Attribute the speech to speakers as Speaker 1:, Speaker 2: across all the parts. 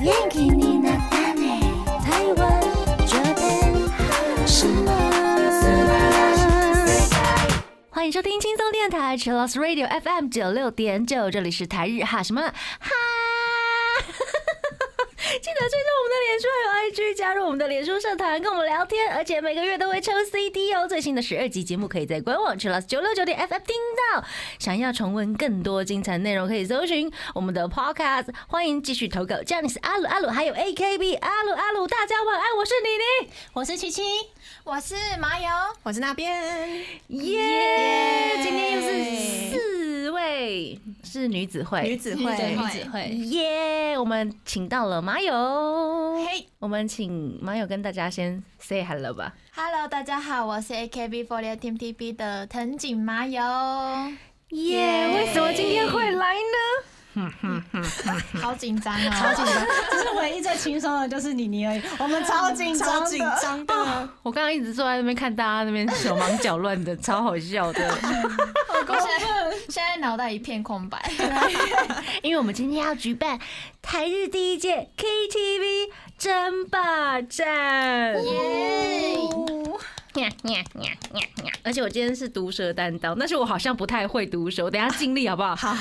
Speaker 1: 元気になったね台湾这边什么？
Speaker 2: 欢迎收听轻松电台 Chillax Radio FM 九六点九，这里是台日哈什么哈。 记得追踪我们的脸书还有 IG，加入我们的脸书社团，跟我们聊天，而且每个月都会抽 CD 哦。最新的十二集节目可以在官网 Chillax 九六九点 FM 听到。想要重温更多精彩内容，可以搜寻我们的 Podcast。欢迎继续投稿，这样你是阿鲁阿鲁，还有 AKB 阿鲁阿鲁，大家晚安，我是妮妮。
Speaker 3: 我是七七，
Speaker 4: 我是麻油，我是那边。
Speaker 2: 耶！今天又是四位是女子
Speaker 4: 女
Speaker 2: 会，
Speaker 4: 子
Speaker 3: 女
Speaker 4: 会，
Speaker 3: 子会，
Speaker 2: 耶！我们请到了麻友，
Speaker 4: 嘿
Speaker 2: 我们请麻友跟大家先 say hello 吧。
Speaker 4: ，Hello，大家好，我是 AKB48 Team TP 的藤井麻 油，
Speaker 2: 耶！为什么今天会来呢？
Speaker 4: 好紧张哦，超紧 张，
Speaker 3: 只是唯一最轻松的就是妮妮而已，我们超紧张，
Speaker 4: 超紧。张 的，
Speaker 2: 我刚刚一直坐在那边看大家那边手忙脚乱的，超好笑的。
Speaker 4: 我现在现在脑袋一片空白。
Speaker 2: 因为我们今天要举办台日第一届 KTV 争霸战。呀呀呀呀呀！ 而且我今天是毒舌担当，但是我好像不太会毒舌，我等一下尽力好不好？好，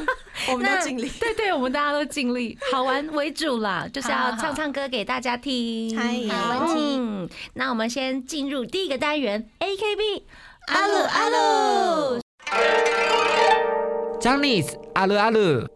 Speaker 5: 我们
Speaker 2: 那
Speaker 5: 都尽力。
Speaker 2: 对对，我们大家都尽力，好玩为主啦，就是要唱唱歌给大家听。
Speaker 5: 嗨
Speaker 2: 好
Speaker 4: 好
Speaker 2: 嗯，那我们先进入第一个单元 AKB 阿鲁阿鲁。
Speaker 6: Johnny's 阿鲁阿鲁，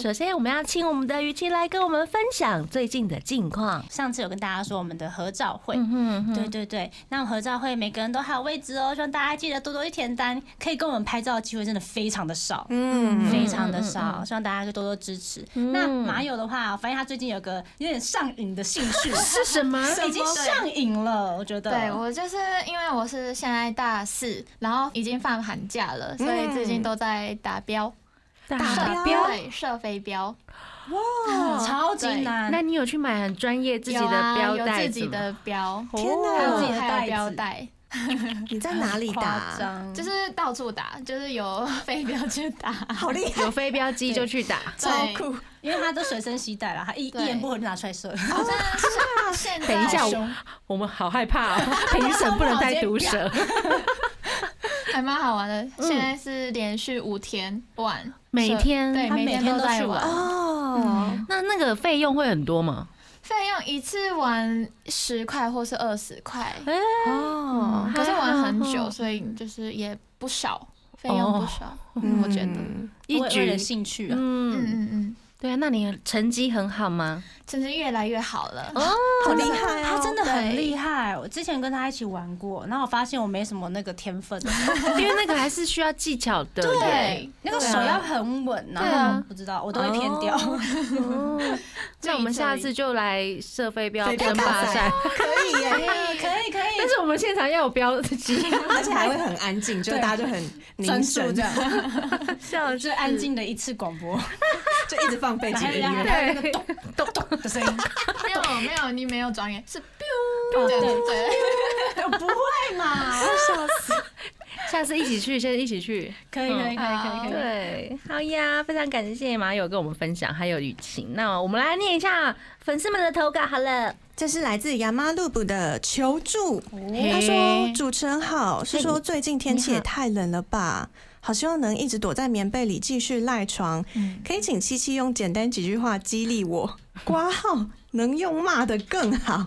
Speaker 2: 首先，我们要请我们的雨晴来跟我们分享最近的近况。
Speaker 3: 上次有跟大家说我们的合照会，
Speaker 2: 嗯哼嗯哼
Speaker 3: 对对对，那合照会每个人都还有位置哦，希望大家记得多多去填单，可以跟我们拍照的机会真的非常的少。
Speaker 5: 嗯，
Speaker 3: 非常的少，希望大家可以多多支持。那马友的话，我发现他最近有个有点上瘾的兴趣，
Speaker 2: 是什么？
Speaker 3: 已经上瘾了，我觉得。
Speaker 4: 对我就是因为我是现在大四，然后已经放寒假了，
Speaker 3: 嗯
Speaker 4: 所以最近都在打标，
Speaker 5: 打
Speaker 4: 射
Speaker 5: 标
Speaker 4: 对，射飞镖，
Speaker 3: 嗯超级难。
Speaker 2: 那你有去买很专业自己
Speaker 4: 有
Speaker 2: 的
Speaker 4: 啊
Speaker 2: 标
Speaker 4: 有
Speaker 2: 带
Speaker 4: 自己
Speaker 2: 子吗？
Speaker 4: 的标，
Speaker 5: 天
Speaker 4: 还有自己
Speaker 5: 哪，
Speaker 4: 的
Speaker 3: 还有
Speaker 4: 标
Speaker 3: 带子
Speaker 4: 带。
Speaker 5: 你在哪里
Speaker 3: 夸
Speaker 5: 打？
Speaker 3: 张，
Speaker 4: 就是是到处打，就是有 飞镖去打，
Speaker 5: 好厉害，
Speaker 2: 有飞镖机就去打，
Speaker 5: 超
Speaker 4: 对
Speaker 5: 酷！
Speaker 3: 因为他都随身携带了，他一一
Speaker 4: 对
Speaker 3: 言不合就拿出来射。
Speaker 4: 好像哦是现在
Speaker 2: 等一下
Speaker 4: 好
Speaker 2: 我
Speaker 4: 凶
Speaker 2: 我们好害怕 哦，评审不能带毒舌。
Speaker 4: 还蛮好玩的。现在是连续五天玩，
Speaker 2: 每天
Speaker 4: 对，
Speaker 3: 他每
Speaker 4: 天
Speaker 3: 天都
Speaker 4: 在
Speaker 3: 去
Speaker 4: 玩
Speaker 3: 玩，
Speaker 5: 哦，
Speaker 2: 那那个费用会很多吗？
Speaker 4: 费用一次玩十块或是二十块，
Speaker 5: 哦，
Speaker 4: 可是玩很
Speaker 2: 还好
Speaker 4: 久，所以就是也不少，费用不少，嗯，我觉得，嗯
Speaker 2: 一
Speaker 3: 为为
Speaker 2: 局
Speaker 3: 了兴趣啊，
Speaker 2: 嗯，
Speaker 4: 嗯嗯，
Speaker 2: 对啊，那你成绩很好 吗？
Speaker 4: 成绩越来越好了，
Speaker 5: 好厉害
Speaker 3: 他
Speaker 5: 哦！
Speaker 3: 真的很
Speaker 4: 对
Speaker 3: 厉害。我之前跟他一起玩过，然后我发现我没什么那个天分，
Speaker 2: 因为那个还是需要技巧的。
Speaker 4: 对，
Speaker 3: 那个手要很稳，
Speaker 2: 啊
Speaker 3: 然后不知道我都会偏掉。
Speaker 2: 哦，那我们下次就来射飞镖
Speaker 5: 飞镖
Speaker 2: 争霸
Speaker 5: 大
Speaker 2: 赛
Speaker 5: 赛，可以耶，
Speaker 3: 可以可以，
Speaker 2: 但是我们现场要有标记，
Speaker 5: 而且还会很安静，就
Speaker 3: 对
Speaker 5: 大家就很
Speaker 3: 专
Speaker 5: 凝
Speaker 3: 注
Speaker 5: 神
Speaker 3: 这，样，
Speaker 2: 笑
Speaker 3: 最安静的一次广播，
Speaker 5: 就一直放背景 音 乐。
Speaker 3: 啊
Speaker 2: 对，
Speaker 3: 咚咚的声音。
Speaker 4: 没有没有，你没有专业，是 biu 这样子，对，
Speaker 3: 不会嘛？
Speaker 2: 下次一起去，先一起去。
Speaker 3: 可以可以可以可以可以。
Speaker 2: 对，好呀，非常感谢马友跟我们分享，还有雨晴。那我们来念一下粉丝们的投稿好了。
Speaker 5: 这是来自亚麻路布的求助，
Speaker 3: 哦
Speaker 2: 嘿
Speaker 5: 他说：“主持人好，是说最近天气也太冷了吧？好希望能一直躲在棉被里继续赖床，
Speaker 3: 嗯
Speaker 5: 可以请七七用简单几句话激励我。 挂号能用骂的更好。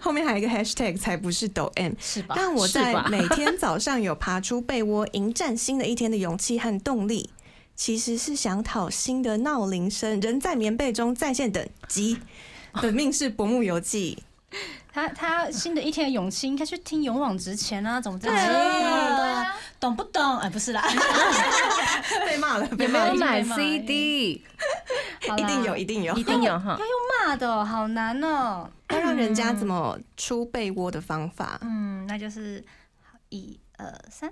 Speaker 5: 后面还有一个 hashtag 才不是抖 M，
Speaker 3: 是吧？
Speaker 5: 让我
Speaker 2: 是
Speaker 5: 在
Speaker 2: 吧
Speaker 5: 每天早上有爬出被窝迎战新的一天的勇气和动力。”其实是想讨新的闹铃声，人在棉被中在线等 急。本命是薄木游记，
Speaker 3: 他他新的一天的勇气应该去听《勇往直前》啊，怎么这样？对啊，懂不懂？哎，不是啦，
Speaker 5: 被骂了，被
Speaker 2: 有没
Speaker 5: 骂了
Speaker 2: 有买
Speaker 3: 已经被骂了
Speaker 2: CD？
Speaker 3: 好
Speaker 5: 一
Speaker 3: 啦
Speaker 5: 定有，一定有
Speaker 2: 一。定有哈
Speaker 3: 要。用骂的哦，好难哦。
Speaker 5: 要让人家怎么出被窝的方法？
Speaker 3: 嗯，那就是好一二三，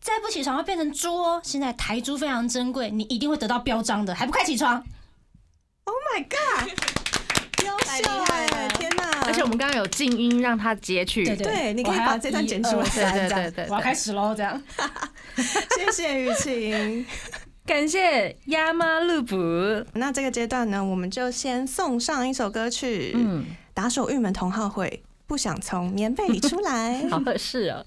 Speaker 3: 再不起床会变成猪哦。现在台猪非常珍贵，你一定会得到标章的，还不快起床？
Speaker 5: Oh my god！优
Speaker 4: 太厉
Speaker 5: 秀
Speaker 4: 害
Speaker 5: 哎！
Speaker 4: 了
Speaker 5: 天哪！
Speaker 2: 欸而且我们刚刚有静音让他截取，
Speaker 3: 对
Speaker 5: 对你可以
Speaker 3: 我还要
Speaker 5: 把这段
Speaker 3: 一
Speaker 5: 剪出来
Speaker 3: 二
Speaker 2: 对
Speaker 3: 三
Speaker 2: 对
Speaker 3: 这样
Speaker 2: 对对对
Speaker 3: 我要开始喽，这样。
Speaker 5: 谢谢雨晴。
Speaker 2: 感谢亚妈路布，
Speaker 5: 那这个阶段呢，我们就先送上一首歌曲，
Speaker 2: 嗯，
Speaker 5: 打手玉门同好会，不想从棉被里出 来。
Speaker 2: 好合适哦。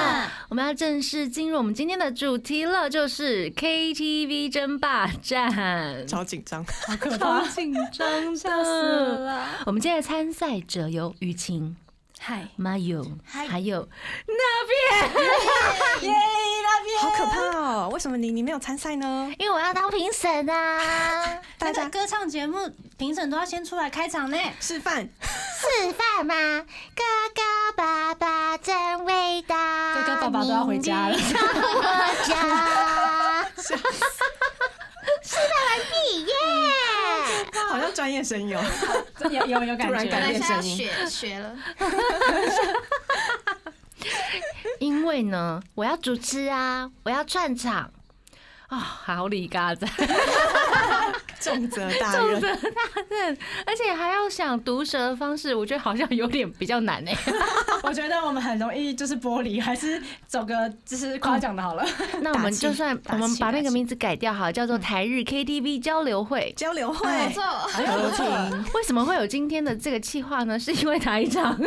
Speaker 2: 我们要正式进入我们今天的主题了，就是 KTV 争霸战。
Speaker 5: 超紧张，
Speaker 3: 好可怕，紧张，笑死了。
Speaker 2: 我们今天的参赛者有雨晴、
Speaker 3: 嗨，
Speaker 2: Mayu，还有
Speaker 5: 好可怕哦！为什么你你没有参赛呢？
Speaker 2: 因为我要当评审 啊，
Speaker 5: 大
Speaker 3: 那
Speaker 5: 家
Speaker 3: 个歌唱节目评审都要先出来开场呢。
Speaker 5: 示范，
Speaker 1: 示范嘛，哥哥爸爸真伟大，
Speaker 3: 哥哥爸爸都要回家了
Speaker 1: 你 领着我家，示范完毕耶！
Speaker 5: 好像专业声优。哦
Speaker 3: 有有有
Speaker 5: 突然感
Speaker 4: 本来
Speaker 5: 觉
Speaker 4: 现在要学学了，
Speaker 2: 因为呢，我要主持啊，我要串场啊、好李嘎子，
Speaker 5: 重责大任，
Speaker 2: 而且还要想毒舌的方式，我觉得好像有点比较难 哎、
Speaker 3: 我觉得我们很容易就是剥离，还是走个就是夸奖的好了。
Speaker 2: 那我们就算我们把那个名字改掉好了，叫做台日 KTV 交流会。
Speaker 5: 交流会
Speaker 4: 不错。
Speaker 5: 合体，
Speaker 2: 为什么会有今天的这个计划呢？是因为台长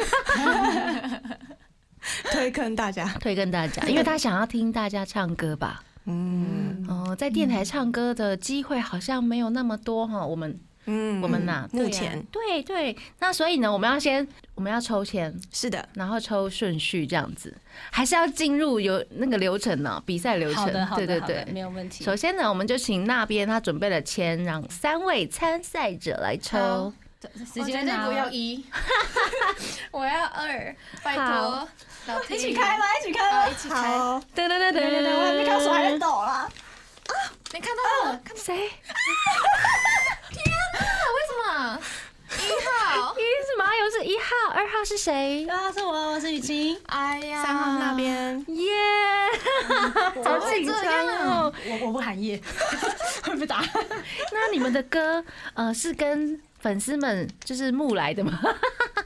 Speaker 5: 推坑大家。
Speaker 2: 推跟大家，因为他想要听大家唱歌吧。
Speaker 5: 嗯
Speaker 2: 哦，在电台唱歌的机会好像没有那么多哈。我们
Speaker 5: 嗯
Speaker 2: 我们呐，
Speaker 5: 目前
Speaker 2: 对对，那所以呢，我们要先我们要抽签，
Speaker 5: 是的，
Speaker 2: 然后抽顺序这样子，还是要进入有那个流程呢？比赛流程
Speaker 3: 好的，好，
Speaker 2: 对
Speaker 3: 的，
Speaker 2: 对
Speaker 3: 好的，没
Speaker 2: 对。
Speaker 3: 有问题。
Speaker 2: 首先呢，我们就请那边他准备了签，让三位参赛者来抽
Speaker 4: 好。
Speaker 3: 直
Speaker 4: 我
Speaker 3: 接
Speaker 4: 绝对
Speaker 3: 拿
Speaker 4: 不要一，我要二，拜
Speaker 2: 好
Speaker 4: 托，老天
Speaker 3: 一起开吧，一起开吧
Speaker 4: 好，。一起开。
Speaker 5: 好，
Speaker 2: 对对对对对
Speaker 3: 我还没看到手还在抖啦。
Speaker 4: 没看到了，看
Speaker 2: 谁？
Speaker 4: 到为什么？一号
Speaker 2: 一，是麻油是一号，二号是谁？
Speaker 3: 啊，是我，我是雨晴。
Speaker 4: 哎呀，
Speaker 5: 三号那边
Speaker 2: 耶！ 好紧
Speaker 3: 啊
Speaker 4: 这
Speaker 2: 张
Speaker 4: 样
Speaker 2: 哦。
Speaker 3: 我我不喊夜， 会被打。
Speaker 2: 那你们的歌，呃，是跟粉丝们就是募来的吗？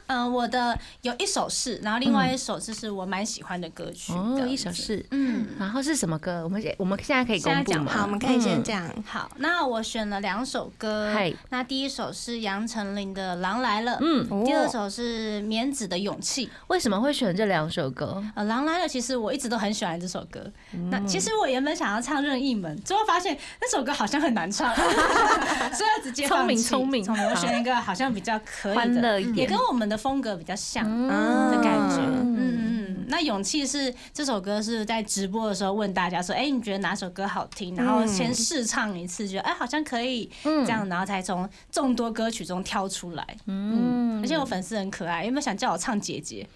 Speaker 3: 嗯，我的有一首是，然后另外一首就是我蛮喜欢的歌曲。这
Speaker 2: 哦，
Speaker 3: 样
Speaker 2: 一首
Speaker 3: 子。
Speaker 2: 是，
Speaker 3: 嗯，
Speaker 2: 然后是什么歌？我们我们现在可以公布
Speaker 3: 现在讲
Speaker 2: 吗？
Speaker 5: 好，我们可以先这
Speaker 2: 样。
Speaker 5: 样。
Speaker 3: 好，那我选了两首歌
Speaker 2: 嗨。
Speaker 3: 那第一首是杨丞琳的《狼来了》，
Speaker 2: 嗯，
Speaker 5: 哦
Speaker 3: 第二首是棉子的《勇气》。
Speaker 2: 为什么会选这两首歌？
Speaker 3: 呃，《狼来了》其实我一直都很喜欢这首歌。
Speaker 2: 嗯
Speaker 3: 那其实我原本想要唱《任意门》，最后发现那首歌好像很 难唱，所以直接
Speaker 2: 聪明
Speaker 3: 放弃
Speaker 2: 聪明
Speaker 3: 聪明，我选一个好像比较可
Speaker 2: 欢
Speaker 3: 以的，
Speaker 2: 乐一
Speaker 3: 也
Speaker 2: 点
Speaker 3: 跟我们的风格比较像
Speaker 2: 嗯
Speaker 5: 啊
Speaker 3: 的感觉。嗯
Speaker 2: 嗯，
Speaker 3: 嗯嗯。那《勇气》是这首歌是在直播的时候问大家说，哎、你觉得哪首歌好听？然
Speaker 2: 嗯
Speaker 3: 后先试唱一次，觉得哎、好像可以这样，然后才从众多歌曲中挑出来。嗯，而且我粉丝很可爱，有没有想叫我唱姐姐？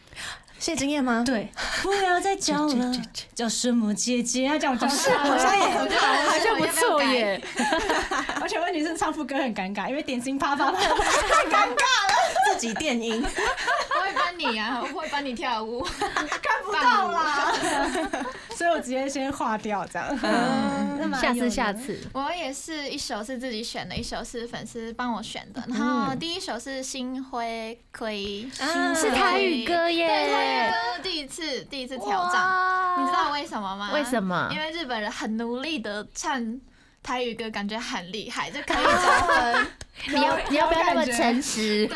Speaker 5: 谢金燕吗？
Speaker 3: 对， 不要再叫了，叫什么姐姐啊？这样我就是，
Speaker 4: 好像也很好，
Speaker 2: 好像不错
Speaker 4: 耶。
Speaker 2: 耶。
Speaker 3: 而且问题是唱副歌很尴尬，因为点心啪啪啪，
Speaker 5: 自己电音，
Speaker 4: 我会帮你啊，我会帮你跳舞，看不
Speaker 3: 到啦。所以我直接先划掉这样。 那蛮
Speaker 2: 下
Speaker 3: 有
Speaker 2: 次
Speaker 3: 的
Speaker 2: 下，次，
Speaker 4: 我也是一首是自己选的，一首是粉丝帮我选的。然后第一首是星辉葵，
Speaker 5: 啊
Speaker 2: 嗯是台语歌耶
Speaker 4: 嗯对，台语歌第一次第一次挑战，你知道为什么吗？
Speaker 2: 为什么
Speaker 4: 因为日本人很努力的唱台语歌，感觉很厉害，就
Speaker 2: 啊
Speaker 4: 可以加分。
Speaker 2: 你要你要不要那么诚实？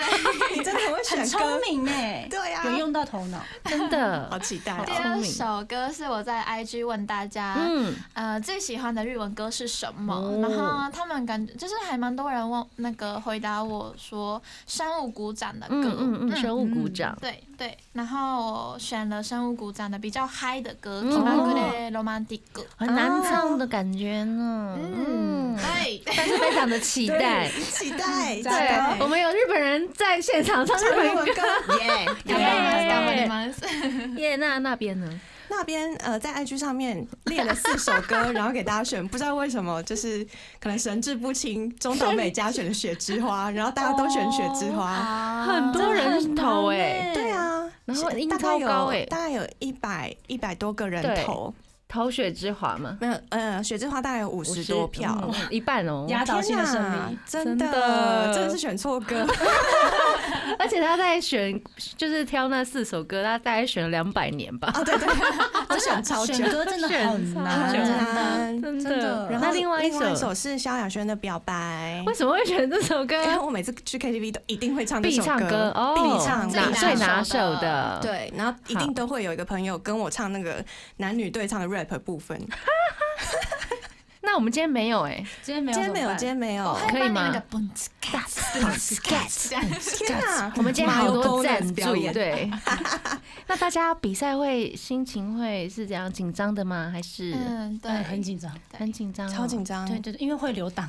Speaker 5: 你 真的很会
Speaker 3: 很
Speaker 5: 选
Speaker 3: 聪
Speaker 5: 歌，
Speaker 3: 明哎，
Speaker 5: 对啊
Speaker 3: 有用到头脑。
Speaker 2: 真
Speaker 5: 好
Speaker 2: 的，
Speaker 5: 期待
Speaker 4: 第
Speaker 5: 哦！
Speaker 4: 二首歌是我在 IG 问大家，
Speaker 2: 嗯，
Speaker 4: 呃，最喜欢的日文歌是什么？
Speaker 2: 哦
Speaker 4: 然后他们感觉就是还蛮多人问那个回答我说生物鼓掌的歌，
Speaker 2: 嗯嗯嗯，手舞鼓掌，
Speaker 4: 对对。然后我选了生物鼓掌的比较嗨的歌，
Speaker 2: 嗯
Speaker 4: 《Kimagure Romantic》。
Speaker 2: 很难唱的感觉呢。嗯
Speaker 4: 嗯，，对，
Speaker 2: 但是非常的期待。
Speaker 5: 期待，
Speaker 3: 加油
Speaker 2: 对，我们有日本人人在现场 唱
Speaker 5: 唱
Speaker 2: 日
Speaker 5: 日
Speaker 2: 文
Speaker 5: 文
Speaker 2: 歌。
Speaker 5: 歌，耶！
Speaker 1: 頑張ります頑張ります。
Speaker 2: 耶，那那边呢？
Speaker 5: 那边呃，在 IG 上面列了四首歌，然后给大家选，不知道为什么就是可能神志不清，中岛美嘉选了《雪之花》，然后大家都选《雪之
Speaker 4: 哦
Speaker 5: 花》
Speaker 4: 啊
Speaker 2: 很多人投哎，
Speaker 5: 对，啊，
Speaker 2: 然后音
Speaker 5: 大
Speaker 2: 超
Speaker 5: 概
Speaker 2: 高
Speaker 5: 有
Speaker 2: 哎，
Speaker 5: 大概有一百一百多个人
Speaker 2: 对
Speaker 5: 投，
Speaker 2: 投雪之华嘛，
Speaker 5: 没有呃，《雪之花》大概有五十
Speaker 2: 50
Speaker 5: 多票。
Speaker 2: 嗯一半哦。
Speaker 3: 压倒性
Speaker 5: 天
Speaker 3: 的
Speaker 5: 呐，
Speaker 3: 胜利。
Speaker 5: 真
Speaker 2: 真的
Speaker 5: 的，真的是选错歌，
Speaker 2: 而且他在选，就是挑那四首歌，他大概选了两百年吧。
Speaker 5: 啊，对对， 我选超久，
Speaker 3: 选歌真的很难，啊
Speaker 2: 选
Speaker 3: 真的
Speaker 5: 难。
Speaker 2: 真
Speaker 3: 真的
Speaker 5: 然后
Speaker 2: 那另外一首，
Speaker 5: 是萧亚轩的《表白
Speaker 2: 为》，什么会选这首歌？
Speaker 5: 因哎为我每次去 KTV 都一定会唱这
Speaker 2: 啊必
Speaker 5: 首
Speaker 2: 唱歌哦，
Speaker 5: 必唱
Speaker 1: 自己
Speaker 2: 哪
Speaker 5: 必
Speaker 1: 拿
Speaker 2: 最
Speaker 5: 唱。
Speaker 2: 拿
Speaker 1: 拿手
Speaker 2: 手
Speaker 1: 的
Speaker 2: 的？，
Speaker 5: 对，然后一定都会有一个朋友跟我唱那个男女对唱的 rap 部分。
Speaker 2: 那我们今天没有哎，
Speaker 3: 今天没有，
Speaker 5: 今天没有，
Speaker 3: 天
Speaker 5: 今天没有。
Speaker 2: 可以吗？
Speaker 5: 天哪，
Speaker 2: 我们今天好多赞
Speaker 5: Mario Gomez
Speaker 2: 助
Speaker 5: 表，演，
Speaker 2: 对。那大家比赛会心情会是怎样紧张的吗？还是哎
Speaker 1: 嗯，对，
Speaker 3: 很紧张。
Speaker 2: 很紧张哦？
Speaker 5: 超紧张。
Speaker 3: 对对对，因为会留 档，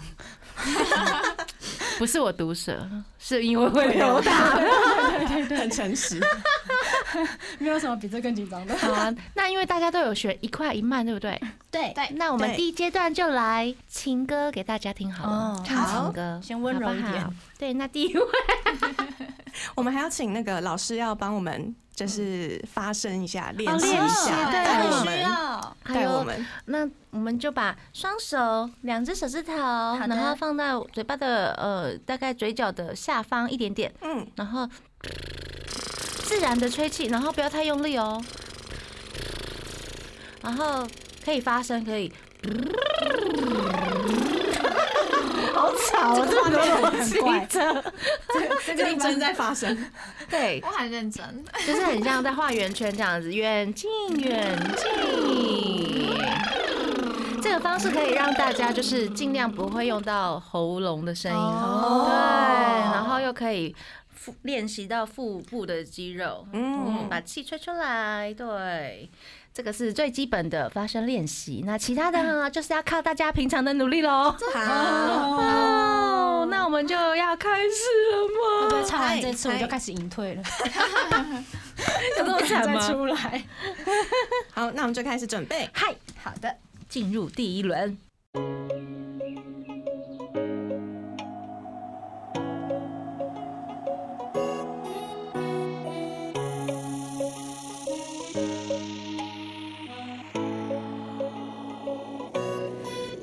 Speaker 2: 不是我毒舌，是因为会流大。
Speaker 5: 很诚实。
Speaker 3: 没有什么比这更紧张的。
Speaker 2: 好啊，那因为大家都有学一快一慢，对不对？
Speaker 3: 对
Speaker 1: 对
Speaker 2: 那我们
Speaker 5: 哎对
Speaker 2: 第一阶段就来情歌给大家听好了
Speaker 3: 哦，
Speaker 2: 唱情
Speaker 5: 好
Speaker 2: 歌，
Speaker 3: 先温柔一
Speaker 2: 好不
Speaker 3: 点
Speaker 2: 好。对，那第一位，
Speaker 5: 我们还要请那个老师要帮我们，就是发声一下，练习
Speaker 2: 哦练
Speaker 5: 一
Speaker 2: 习
Speaker 5: 下，
Speaker 2: 对
Speaker 5: 带我
Speaker 2: 很
Speaker 5: 们，
Speaker 1: 要。
Speaker 2: 哎
Speaker 5: 带
Speaker 2: 呦
Speaker 5: 我们。
Speaker 2: 那我们就把双手、两只手指头，然后放到嘴巴的呃，大概嘴角的下方一点点，
Speaker 5: 嗯，
Speaker 2: 然后自然的吹气，然后不要太用力哦，然后可以发声，可以。好吵哦，这么多逻辑的，
Speaker 5: 这个真在发生，
Speaker 2: 对，
Speaker 1: 我很认真，
Speaker 2: 就是很像在画圆圈这样子，远近远近。这个方式可以让大家就是尽量不会用到喉咙的声音，对，然后又可以腹练习到腹部的肌肉，嗯，把气吹出来，对。这个是最基本的发声练习，那其他的呢，就是要靠大家平常的努力喽。
Speaker 5: 好，
Speaker 2: 哦，那我们就要开始了
Speaker 3: 会
Speaker 2: 吗？
Speaker 3: 不会唱完这次我
Speaker 5: 嗨
Speaker 3: 就开始隐 退了？
Speaker 2: 有这么 惨
Speaker 3: 再
Speaker 2: 吗？
Speaker 3: 出来，
Speaker 5: 好，那我们就开始准备。
Speaker 2: 嗨，
Speaker 1: 好的，
Speaker 2: 进入第一轮。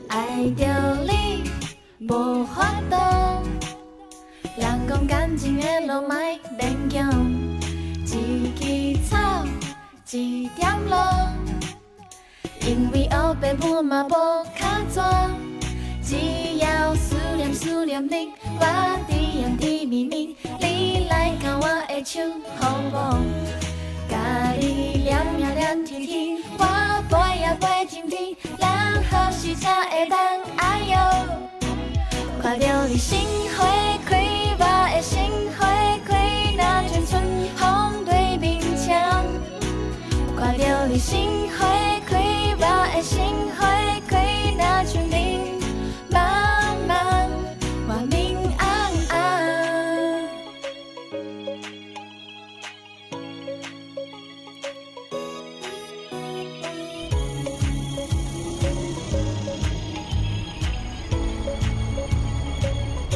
Speaker 1: 爱着你无法度，人讲感情的路莫勉强，一枝草，一点露，因为黑白无嘛无卡纸，只要思念思念你，我甜言甜蜜蜜，你来牵我的手，好无？甲你念呀念天天，我飞呀飞天天，咱何时才会当哎哟？看着你心花开，我的心花开，那像春风对面墙。看着你心花开，我的心花开，那像你慢慢，我明暗暗。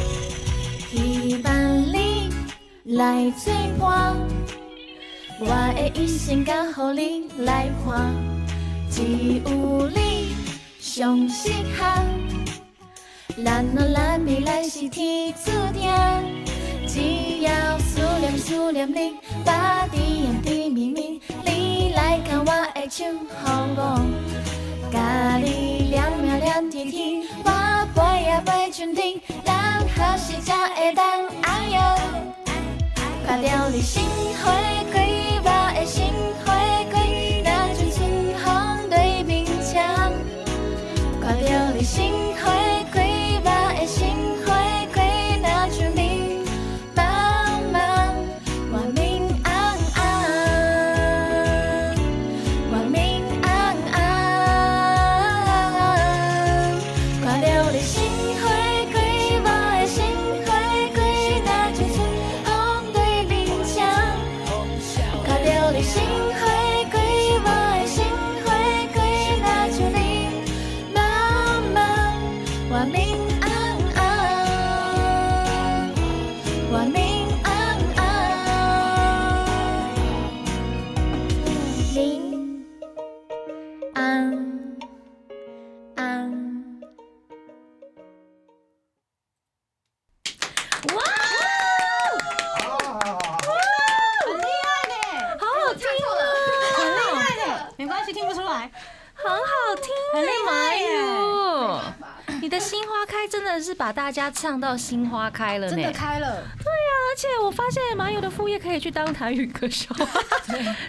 Speaker 1: 希望你来做伴，我的一生敢予你来看，只有你上适合。咱啊咱未来是天注定，只要思念思念你，我甜言甜蜜蜜，你来牵我的手，好无？甲你念呀念天天，我飞呀飞春天，咱何时才会当哎哟？看着你心花开，我的心花开，那像春风对面墙。看着你心花开，我的心花开，那像你慢慢，我明暗暗。我明暗暗，看着你心花开，我的心花开，那像春风
Speaker 2: 的是把大家唱到心花开了呢，啊
Speaker 3: 真的开了，
Speaker 2: 而且我发现麻友的副业可以去当台语歌手，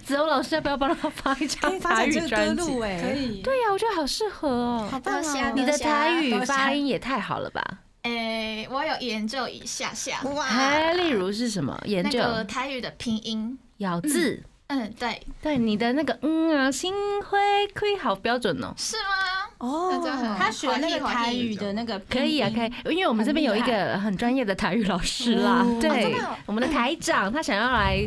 Speaker 2: 子欧老师要不要帮他发一
Speaker 5: 可以
Speaker 2: 张
Speaker 5: 发
Speaker 2: 台
Speaker 5: 展这
Speaker 2: 语
Speaker 5: 个歌
Speaker 2: 专辑？
Speaker 5: 路哎、
Speaker 3: 可以。
Speaker 2: 对呀、啊我觉得好适合
Speaker 5: 好
Speaker 2: 哦。
Speaker 4: 多
Speaker 5: 棒
Speaker 4: 谢
Speaker 5: 哦！
Speaker 2: 你的
Speaker 4: 多谢啊
Speaker 2: 台语
Speaker 4: 多谢
Speaker 2: 发音也太好了吧！
Speaker 4: 诶、我有研究一下下
Speaker 5: 哇，
Speaker 2: 哎，例如是什么研
Speaker 4: 那
Speaker 2: 究、
Speaker 4: 个嗯台语的拼音，
Speaker 2: 咬字？
Speaker 4: 嗯，对，
Speaker 2: 对，你的那个嗯啊，心灰亏好标准哦。
Speaker 4: 是吗？那就
Speaker 5: 哦，
Speaker 4: 很
Speaker 3: 他学那个
Speaker 4: 嗯
Speaker 3: 台语的那个
Speaker 2: 可以啊，可
Speaker 3: 以。
Speaker 2: 以，因为我们这边有一个很专业的台语老师啦，
Speaker 4: 哦啊
Speaker 2: 对，我们的台长他想要来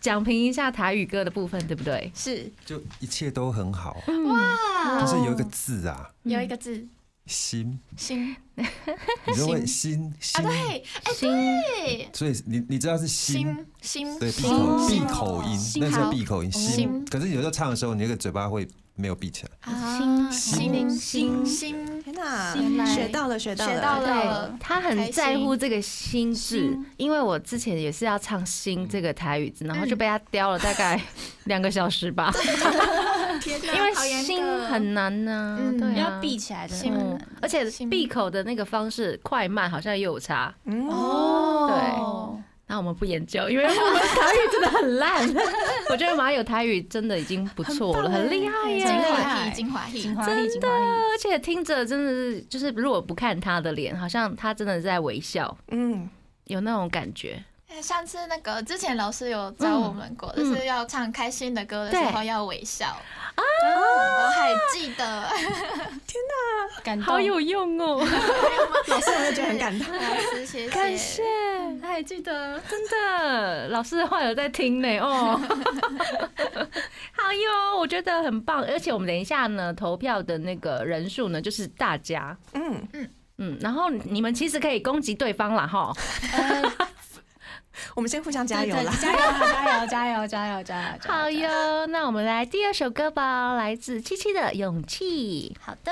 Speaker 2: 讲评一下台语歌的部分，对不对？
Speaker 4: 是
Speaker 7: 就一切都很好，
Speaker 2: 哦
Speaker 4: 嗯哇，
Speaker 7: 就是有一个字啊，
Speaker 4: 有一个字
Speaker 7: 心，
Speaker 4: 心
Speaker 7: 你就会心
Speaker 4: 啊，
Speaker 7: 心，
Speaker 4: 对，哎、对，
Speaker 7: 所以你你知道是心，
Speaker 4: 心心
Speaker 7: 对，闭
Speaker 4: 心
Speaker 7: 口闭口音，那叫闭口音，心
Speaker 4: 心。
Speaker 7: 可是有时候唱的时候，你那个嘴巴会没有闭起来，
Speaker 4: 啊
Speaker 7: 心
Speaker 4: 心心，
Speaker 5: 天哪
Speaker 4: 原，来
Speaker 5: 学到了，学到了，
Speaker 4: 学到了
Speaker 2: 对他很在乎这个心字
Speaker 4: 心，
Speaker 2: 因为我之前也是要唱“心”这个台语字，然后就被他叼了大概 两个小时吧，
Speaker 4: 嗯 天哪
Speaker 2: 因为
Speaker 4: 好严格
Speaker 2: 心很难呢，
Speaker 4: 嗯
Speaker 2: 对啊
Speaker 3: 要闭起来的
Speaker 4: 心
Speaker 2: 嗯而且闭口的那个方式快慢好像也有差，
Speaker 4: 哦
Speaker 5: 嗯，
Speaker 2: 对。那我们不研究，因为我们 台语真的很烂。 我觉得马友台语真的已经不错了，很厉害耶
Speaker 4: 精！
Speaker 3: 害
Speaker 4: 华艺，精华艺
Speaker 3: 精，华力，精华力，
Speaker 2: 而且听着真的是，就是如果不看他的脸，好像他真的在微笑，
Speaker 5: 嗯，
Speaker 2: 有那种感觉。
Speaker 4: 哎上次那个之前老师有教我们过，就是要唱开心的歌的时候要微笑啊，我还记得，
Speaker 3: 感动，
Speaker 2: 好有用哦！
Speaker 5: 老师我也觉得很感动。
Speaker 4: 老师谢谢，
Speaker 2: 感谢，
Speaker 4: 他还记得，
Speaker 2: 哎真的，老师的话有在听呢哦。 好哟，我觉得很棒，而且我们等一下呢，投票的那个人数呢，就是大家，
Speaker 5: 嗯，
Speaker 2: 嗯，然后你们其实可以攻击对方啦哈。
Speaker 5: 我们先互相加油
Speaker 3: 对
Speaker 5: 啦
Speaker 3: 对！呃加油，加油，加油，加油，加油！加油
Speaker 2: 好，哟，那我们来第二首歌吧，来自七七的《勇气》。
Speaker 4: 好的，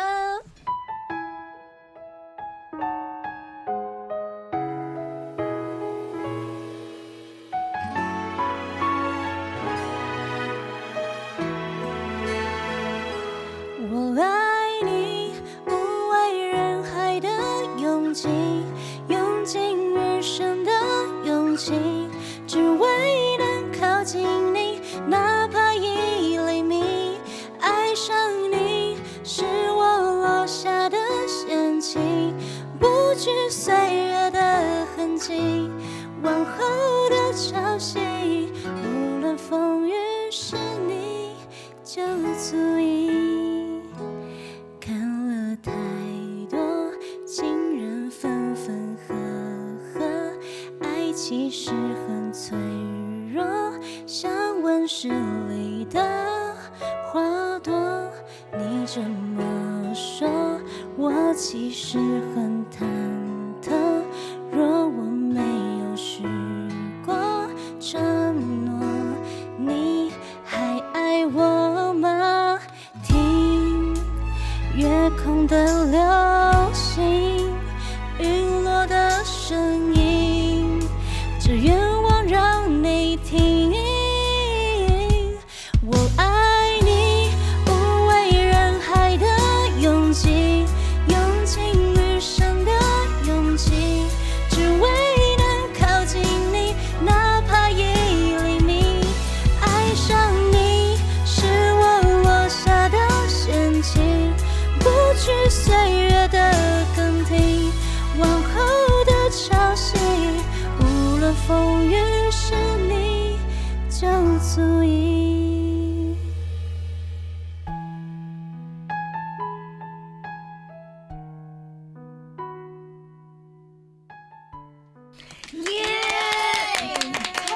Speaker 1: 我爱你，不畏人海的勇气，用尽余生的勇气，只为能靠近你，哪怕一厘米。爱上你是我落下的陷阱，不惧岁月的痕迹，往后的潮汐，无论风雨是你。就足以。看了太多情人分分合合，爱其实很脆弱，像温室里的花朵。你这么说，我其实很忐忑。若我没有许过承诺，你还爱我吗？听夜空的流星，陨落的声音，只愿望让你听。我爱你，不畏人海的勇气，用尽余生的勇气，只为能靠近你，哪怕一厘米。爱上你是我落下的陷阱，不惧岁月的更替，往后的潮汐，无论风雨是你就足以。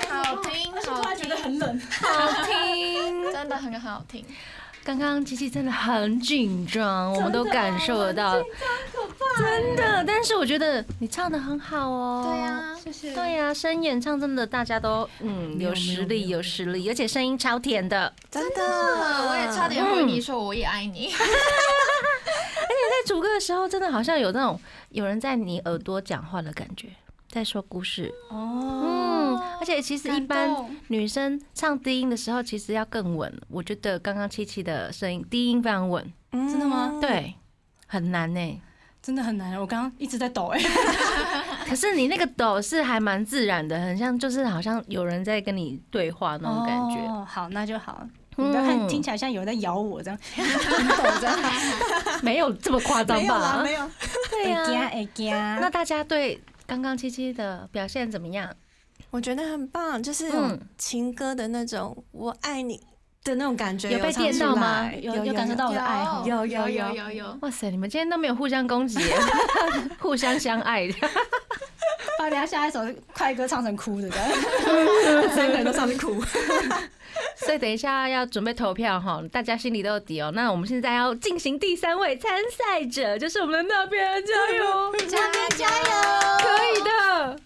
Speaker 4: 好听，好听，
Speaker 3: 很冷，
Speaker 2: 好听。
Speaker 4: 真的很好听，
Speaker 2: 刚刚琪琪真的很紧张，我们都感受得到，真的。但是我觉得你唱的很好哦。
Speaker 4: 对。啊，
Speaker 2: 对呀、声演唱真的大家都嗯有实力有实力，而且声音超甜的。
Speaker 5: 真的，
Speaker 4: 我也差点回你说我也爱你，
Speaker 2: 在主歌的时候，真的好像有那种有人在你耳朵讲话的感觉，在说故事哦。嗯，而且其实一般女生唱低音的时候，其实要更稳。我觉
Speaker 5: 嗯
Speaker 2: 得刚刚七七的声音低音非常稳，
Speaker 4: 嗯
Speaker 5: 真
Speaker 3: 的吗？
Speaker 2: 对，很难呢、欸
Speaker 3: 真的很难，我刚刚一直在抖哎、
Speaker 2: 可是你那个抖是还蛮自然的，很像就是好像有人在跟你对话那种感觉。嗯
Speaker 3: 哦，好，那就好。你不要看，听起来像有人在咬我这样，抖着。
Speaker 2: 没有这么夸张
Speaker 5: 没有啦，
Speaker 2: 吧？
Speaker 5: 没有。
Speaker 2: 对呀、
Speaker 3: 哎呀哎呀，
Speaker 2: 那大家对刚刚七七的表现怎么样？
Speaker 5: 我觉得很棒，就是有
Speaker 2: 嗯
Speaker 5: 情歌的那种“我爱你”的那种感觉，
Speaker 2: 有被
Speaker 5: 唱
Speaker 2: 电
Speaker 5: 出
Speaker 2: 到吗
Speaker 5: 来
Speaker 3: 有有感受到我的爱哈。
Speaker 5: 有有有
Speaker 4: 有有，
Speaker 2: 哇塞，你们今天都没有互相攻击 耶，互相相爱。
Speaker 3: 把等一下下一首快歌唱成哭的这 样。
Speaker 5: 三个人都上去哭。
Speaker 2: 所以等一下要准备投票哈，大家心里都有底哦。那我们现在要进行第三位参赛者，就是我们的那边加油，
Speaker 4: 加油加油！
Speaker 2: 可以的。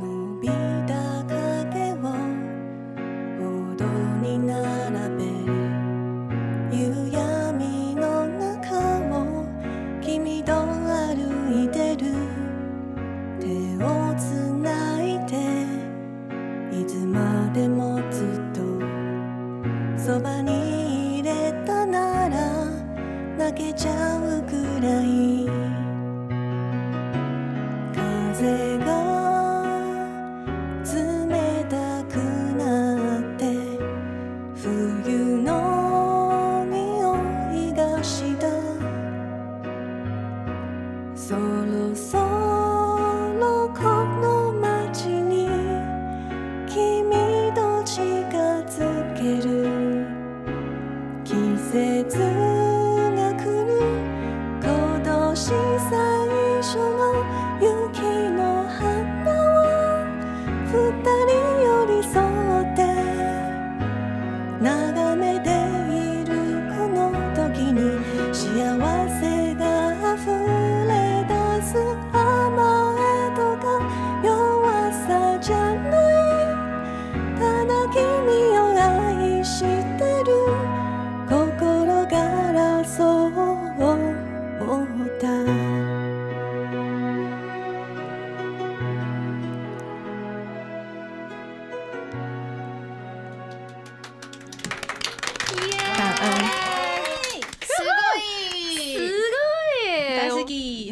Speaker 1: 伸びた影を歩道に並べ夕闇の中を君と歩いてる手をつないでいつまでもずっとそばにいれたなら泣けちゃうくらい風が冷たくなって冬の匂いがしたそろそろこの街に君と近づける季節が来る今年最初の雪の花は二人寄り添って眺めているこの時に幸せが溢れ出す甘えとか弱さじゃないただ君を愛してる心からそう思った
Speaker 5: 感恩。
Speaker 2: 十个耶！我
Speaker 3: 给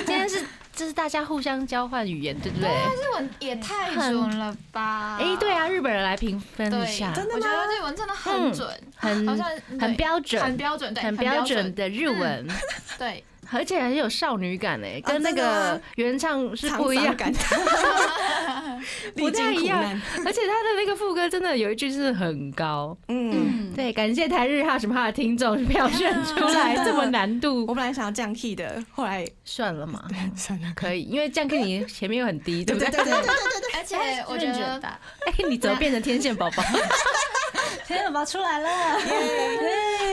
Speaker 2: 今天是就是大家互相交换语言，对不对？啊
Speaker 4: 日文也太准了吧？
Speaker 2: 哎，对啊，日本人来评分一下，嗯
Speaker 4: 对，我觉得日文真的很准，
Speaker 2: 很
Speaker 4: 好像
Speaker 2: 很
Speaker 4: 对
Speaker 2: 标
Speaker 4: 很
Speaker 2: 准，
Speaker 4: 标准，对，
Speaker 2: 很标准，的日文，
Speaker 4: 对，
Speaker 2: 而且很有少女感哎，跟那
Speaker 5: 真的
Speaker 2: 个
Speaker 5: 吗
Speaker 2: 原唱是
Speaker 5: 沧
Speaker 2: 不一
Speaker 5: 桑
Speaker 2: 样，
Speaker 5: 感，
Speaker 2: 不
Speaker 5: 历
Speaker 2: 太
Speaker 5: 经
Speaker 2: 一
Speaker 5: 苦
Speaker 2: 样
Speaker 5: 难。
Speaker 2: 而且他的那个副歌真的有一句是很高。
Speaker 5: 嗯，
Speaker 2: 对，感谢台日哈什么哈的听众票选出来
Speaker 5: 真的
Speaker 2: 这么难度
Speaker 5: 我，本来想要降 key 的，后来
Speaker 2: 算了嘛，
Speaker 5: 算了。
Speaker 2: 可以，因为这样跟你前面又很低，对
Speaker 5: 对
Speaker 2: 不
Speaker 5: 对
Speaker 2: 对？
Speaker 5: 对对对，
Speaker 4: 而且我觉得
Speaker 2: 哎， 你怎么变成天线宝宝？
Speaker 3: 天宝宝出来了，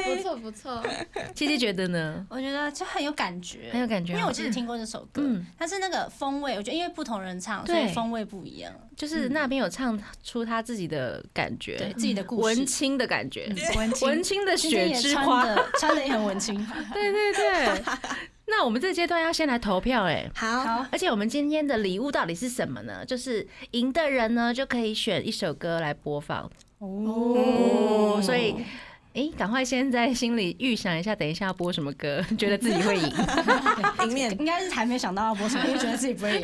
Speaker 4: 不错不错，
Speaker 2: 哎七七觉得呢？
Speaker 3: 我觉得就很有感觉，
Speaker 2: 很有感觉
Speaker 3: 因为
Speaker 2: 哦
Speaker 3: 我其实听过这首歌
Speaker 2: 嗯，
Speaker 3: 但是那个风味，我觉得因为不同人唱，所
Speaker 2: 对
Speaker 3: 以风味不一样，
Speaker 2: 就是那边有唱出他自己的感觉，
Speaker 3: 对自己的故事嗯
Speaker 2: 文。青的感觉，
Speaker 3: 文
Speaker 2: 文青的
Speaker 3: 今
Speaker 2: 雪
Speaker 3: 天也
Speaker 2: 之
Speaker 3: 穿
Speaker 2: 花，
Speaker 3: 的 穿的也很文青，
Speaker 2: 对对对。 那我们这阶段要先来投票哎、
Speaker 5: 好，
Speaker 3: 好，
Speaker 2: 而且我们今天的礼物到底是什么呢？就是赢的人呢就可以选一首歌来播放
Speaker 5: 嗯
Speaker 2: 哦，所以。哎，赶快先在心里预想一下，等一下要播什么歌， 觉得自己 会赢。
Speaker 5: 迎面
Speaker 3: 应该是还没想到要播什么，因为觉得自己不会赢。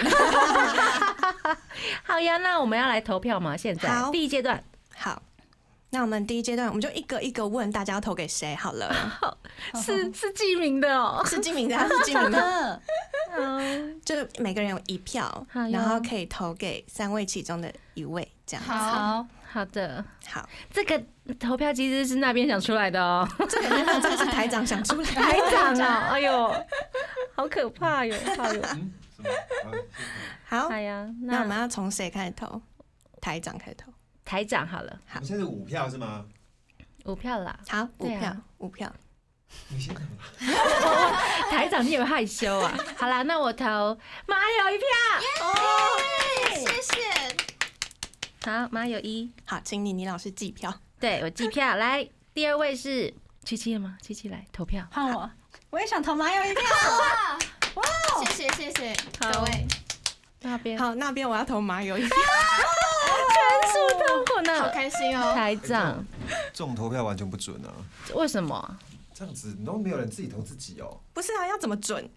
Speaker 2: 好呀，那我们要来投票嘛？现在
Speaker 5: 好
Speaker 2: 第一阶段，
Speaker 5: 好。那我们第一阶段，我们就一个一个问大家要投给谁好 了。
Speaker 2: 是是记名的哦。
Speaker 5: 是金明的，啊是金
Speaker 3: 好
Speaker 5: 明 的，
Speaker 3: 的，
Speaker 5: 就是每个人有一票
Speaker 2: 好，哟
Speaker 5: 然后可以投给三位其中的一位，这样。
Speaker 4: 好，
Speaker 3: 好，
Speaker 2: 好的，
Speaker 5: 好，
Speaker 2: 这个投票机制是那边想出来的 哦。
Speaker 5: 这个没有，这个是台长想出来的。
Speaker 2: 台长啊，哎呦，好可怕哟！哎呦，
Speaker 7: 嗯，什么？啊
Speaker 5: 好，
Speaker 2: 哎呀，
Speaker 5: 那我
Speaker 2: 那
Speaker 5: 们要从谁开始投？台长开始投。
Speaker 2: 台长好了，
Speaker 7: 我们现在是五票是吗？
Speaker 2: 五票啦。
Speaker 5: 好，五
Speaker 2: 对啊
Speaker 5: 票，五票。
Speaker 7: 你先投吧。
Speaker 2: 台长，你有害羞啊？好啦，那我投马友一票。
Speaker 4: 谢谢，
Speaker 2: 好，马友一，
Speaker 5: 好，请你倪老师计票。
Speaker 2: 对我计票。来，第二位是七七了吗？七七来投票。
Speaker 3: 换我，我也想投马友一票，哇，
Speaker 4: 谢谢谢谢各位，
Speaker 2: 那边
Speaker 1: 好，那边我要投麻油一票。
Speaker 2: 是痛苦
Speaker 4: 好
Speaker 2: 呢。
Speaker 4: 开心哦。
Speaker 2: 台长，
Speaker 7: 这种投票完全不准啊！
Speaker 2: 为什么？
Speaker 7: 这样子都没有人自己投自己哦。
Speaker 1: 不是啊，要怎么准？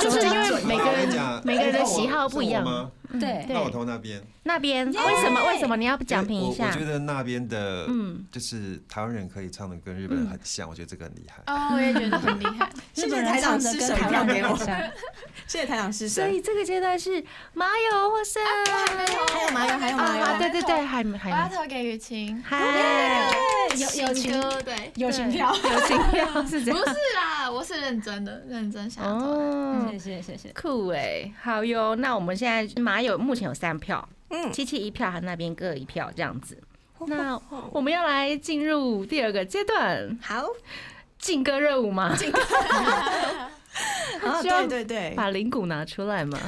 Speaker 2: 就是因为每个
Speaker 7: 我跟你
Speaker 2: 人
Speaker 7: 讲
Speaker 2: 每个人的
Speaker 7: 哎那我
Speaker 2: 喜好不一
Speaker 7: 是我
Speaker 2: 样。
Speaker 7: 吗
Speaker 3: 对，
Speaker 7: 那我投那边。
Speaker 2: 那边为什么？为什么你要讲评
Speaker 7: 我
Speaker 2: 一
Speaker 7: 我
Speaker 2: 下
Speaker 7: 觉？得那边的，
Speaker 2: 嗯
Speaker 7: 就是台湾人可以唱的跟日本人很像，我觉得这个很厉害。
Speaker 4: 哦，我也觉得很厉害。
Speaker 1: 谢
Speaker 3: 日
Speaker 1: 谢
Speaker 3: 本人
Speaker 1: 台长
Speaker 3: 唱的
Speaker 1: 施
Speaker 3: 跟
Speaker 1: 舍一
Speaker 3: 台
Speaker 1: 票
Speaker 3: 湾
Speaker 1: 给
Speaker 3: 人
Speaker 1: 我
Speaker 3: 很，像。
Speaker 1: 谢谢台长施舍
Speaker 2: 所。以这个阶段是麻油获胜。
Speaker 1: 还有麻油，还有麻
Speaker 2: 啊，
Speaker 1: 油，
Speaker 2: 对对对，哎还
Speaker 4: 我
Speaker 2: 还
Speaker 4: 要
Speaker 2: 没
Speaker 4: 投给雨晴，
Speaker 2: 嗨，
Speaker 4: 有有歌对，
Speaker 3: 友情票，
Speaker 2: 有情票是这
Speaker 4: 不
Speaker 2: 样。
Speaker 4: 是啦，我是认真的，认真想要投的。
Speaker 2: 哦，
Speaker 3: 谢谢谢谢。
Speaker 2: 酷哎、好哟。那我们现在马友目前有三票，
Speaker 1: 嗯哦
Speaker 2: 七七一票，和那边各一票这样子。那我们要来进入第二个阶段，
Speaker 1: 好
Speaker 2: 劲歌热舞吗？
Speaker 1: 啊，
Speaker 2: 希望
Speaker 1: 对对对，
Speaker 2: 把铃鼓拿出 来嘛。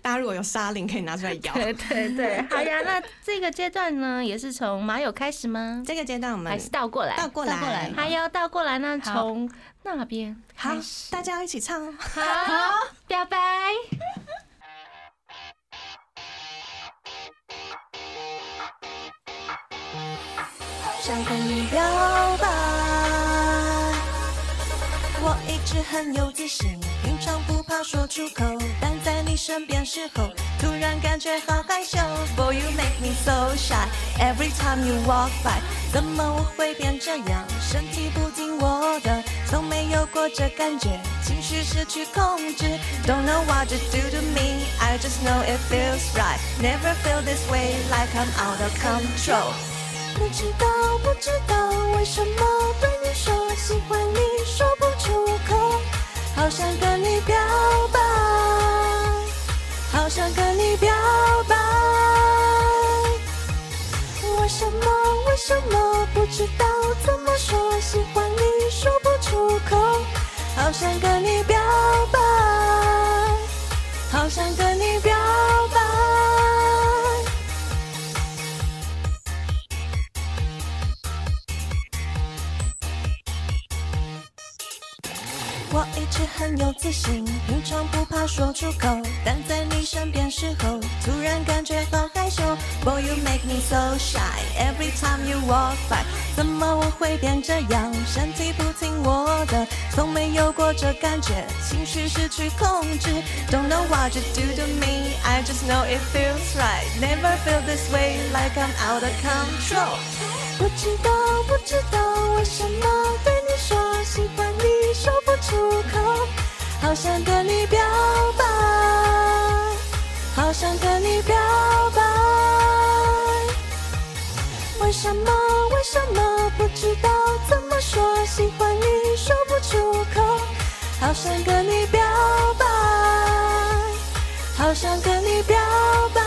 Speaker 1: 大家如果有沙林可以拿出来摇。
Speaker 2: 对对对，好呀。那这个阶段呢，也是从马友开始吗？
Speaker 1: 这个阶段我们
Speaker 2: 还是哎倒过来？
Speaker 1: 倒过来，
Speaker 3: 倒过来
Speaker 2: 还要倒过来呢，
Speaker 3: 好
Speaker 2: 从那边
Speaker 1: 好
Speaker 2: 开始，。
Speaker 1: 大家一起唱 哦。
Speaker 2: 好，表白。
Speaker 1: 想跟你表白，我一直很有自信，平常不怕说出口，但在你身边时候，突然感觉好害羞。Boy, you make me so shy every time you walk by，怎么我会变这样？身体不听我的，从没有过这感觉，情绪失去控制。Don't know what you do to me, I just know it feels right. Never feel this way like I'm out of control. 不知道，不知道为什么对你说喜欢你说不出口，好想跟你表白，好想跟你表白。为什么，为什么不知道怎么说喜欢你说不出口，好想跟你表白，好想跟你表白。我一直很有自信，平常不怕说出口，但在你身边时候，突然感觉好害羞。Boy, you make me so shy every time you walk by。怎么我会变这样？身体不听我的，从没有过这感觉，情绪失去控制。Don't know what you do to me, I just know it feels right. Never feel this way like I'm out of control. 不知道，不知道为什么对你说喜欢你说不出口，好想跟你表白，好想跟你表白。为什么，为什么不知道怎么说喜欢你说不出口，好想跟你表白，好想跟你表白。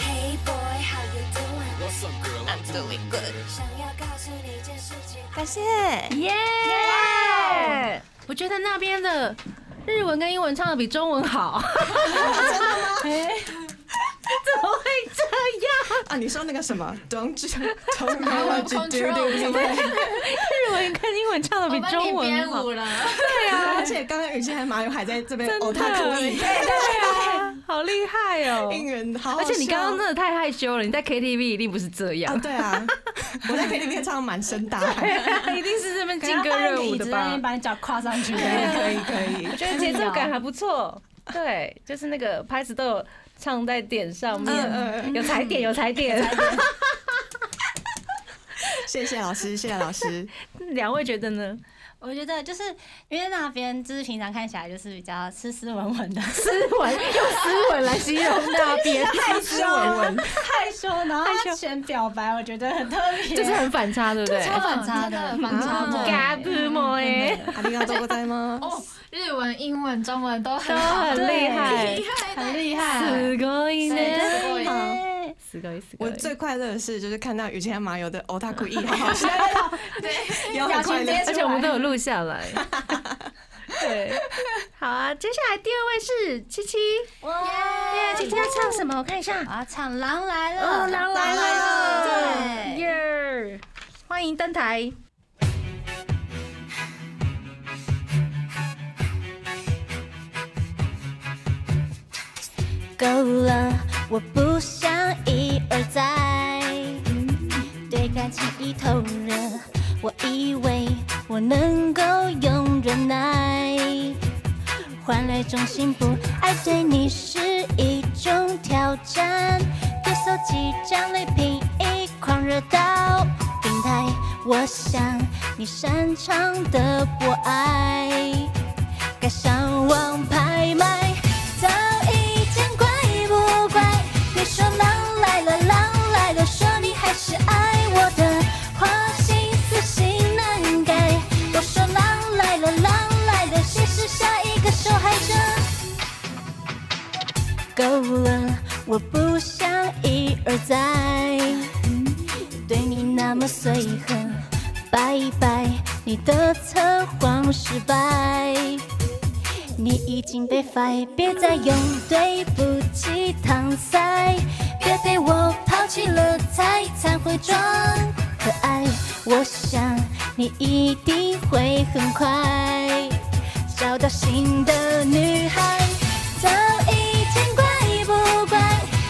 Speaker 8: Hey boy, how you doing? What's up, girl? I'm doing good. 想要告诉你一件事情。
Speaker 1: 感谢。
Speaker 2: 耶！我觉得那边的日文跟英文唱的比中文好。真的 吗？怎么会这样？
Speaker 1: 啊，你说那个什么，Don't you- don't know
Speaker 4: Out
Speaker 1: what
Speaker 4: of
Speaker 1: you do
Speaker 4: control，
Speaker 1: to me？
Speaker 2: 日文跟英文唱的
Speaker 4: 我
Speaker 2: 比
Speaker 4: 帮你
Speaker 2: 中文
Speaker 4: 编
Speaker 2: 好
Speaker 4: 舞。了，
Speaker 1: 对啊，而且刚刚雨欣还麻友还在这边
Speaker 5: 哎
Speaker 2: 真的
Speaker 1: 哦，他故意，
Speaker 2: 对啊， 好厉害哦！
Speaker 1: 应援，好好
Speaker 2: 而且你刚刚真
Speaker 1: 那
Speaker 2: 的太害羞了，你在 KTV 一定不是这
Speaker 1: 啊，
Speaker 5: 哦
Speaker 2: 样，
Speaker 1: 对 啊，我在 KTV 唱得满身大汗，
Speaker 2: 一定是这边劲
Speaker 3: 刚
Speaker 2: 歌
Speaker 3: 刚
Speaker 2: 热
Speaker 3: 放一
Speaker 2: 舞
Speaker 3: 个椅
Speaker 2: 的
Speaker 3: 子在那
Speaker 2: 吧
Speaker 3: 边？把你脚跨上去，
Speaker 2: 啊
Speaker 1: 可以可以，
Speaker 2: 我觉得节奏感还不错，对，就是那个拍子都有唱在点上
Speaker 1: 嗯嗯
Speaker 2: 面，有踩点有踩点。
Speaker 1: 谢谢老师，谢谢老 师，
Speaker 2: 两位觉得呢？
Speaker 3: 我觉得就是因为那边就是平常看起来就是比较斯斯文文的，
Speaker 2: 斯文用斯文来形容那 边，
Speaker 1: 斯斯文文，
Speaker 3: 害羞，然后他选表白，我觉得很特别，
Speaker 2: 就是很反差，对不嗯对？
Speaker 3: 超反差的，
Speaker 4: 真的反差的
Speaker 2: 嘎布莫耶，
Speaker 1: 阿里嘎多ございます。
Speaker 4: 哦，日文、英文、中文都
Speaker 2: 都
Speaker 4: 很好，
Speaker 2: 很厉害，
Speaker 3: 很厉害。
Speaker 2: すごいね，
Speaker 4: 对
Speaker 2: すごいすごい。
Speaker 1: 我最快乐的事就是看到雨晴和麻友的哦，他故意，好好笑，也很快乐
Speaker 3: 表情接。
Speaker 2: 而且我们都有录下来。 对，好啊，接下来第二位是七七，耶，七七要唱什么？我看一下，
Speaker 3: 我要唱《啊狼来了》，
Speaker 2: 哦，狼来了，
Speaker 3: 对
Speaker 2: 耶，欢迎登台。
Speaker 8: Hey boy, how you doing?
Speaker 1: 够了，我不想一而再。对感情一头热，我以为我能够用忍耐，换来衷心不爱对你是一种挑战。别搜集战利品，一狂热到病态。我想你擅长的博爱。该上网拍卖，早已见怪不怪。你说狼来了，狼来了，说你还是爱我的，花心思心难改。我说狼来了，狼来了，谁是下一个受害者？够了，我不想一而再，对你那么随和。拜拜，你的测谎失败。你已经被 fire，别再用对不起搪塞，别被我抛弃了才才会装可爱。我想你一定会很快找到新的女孩。早已见怪不怪，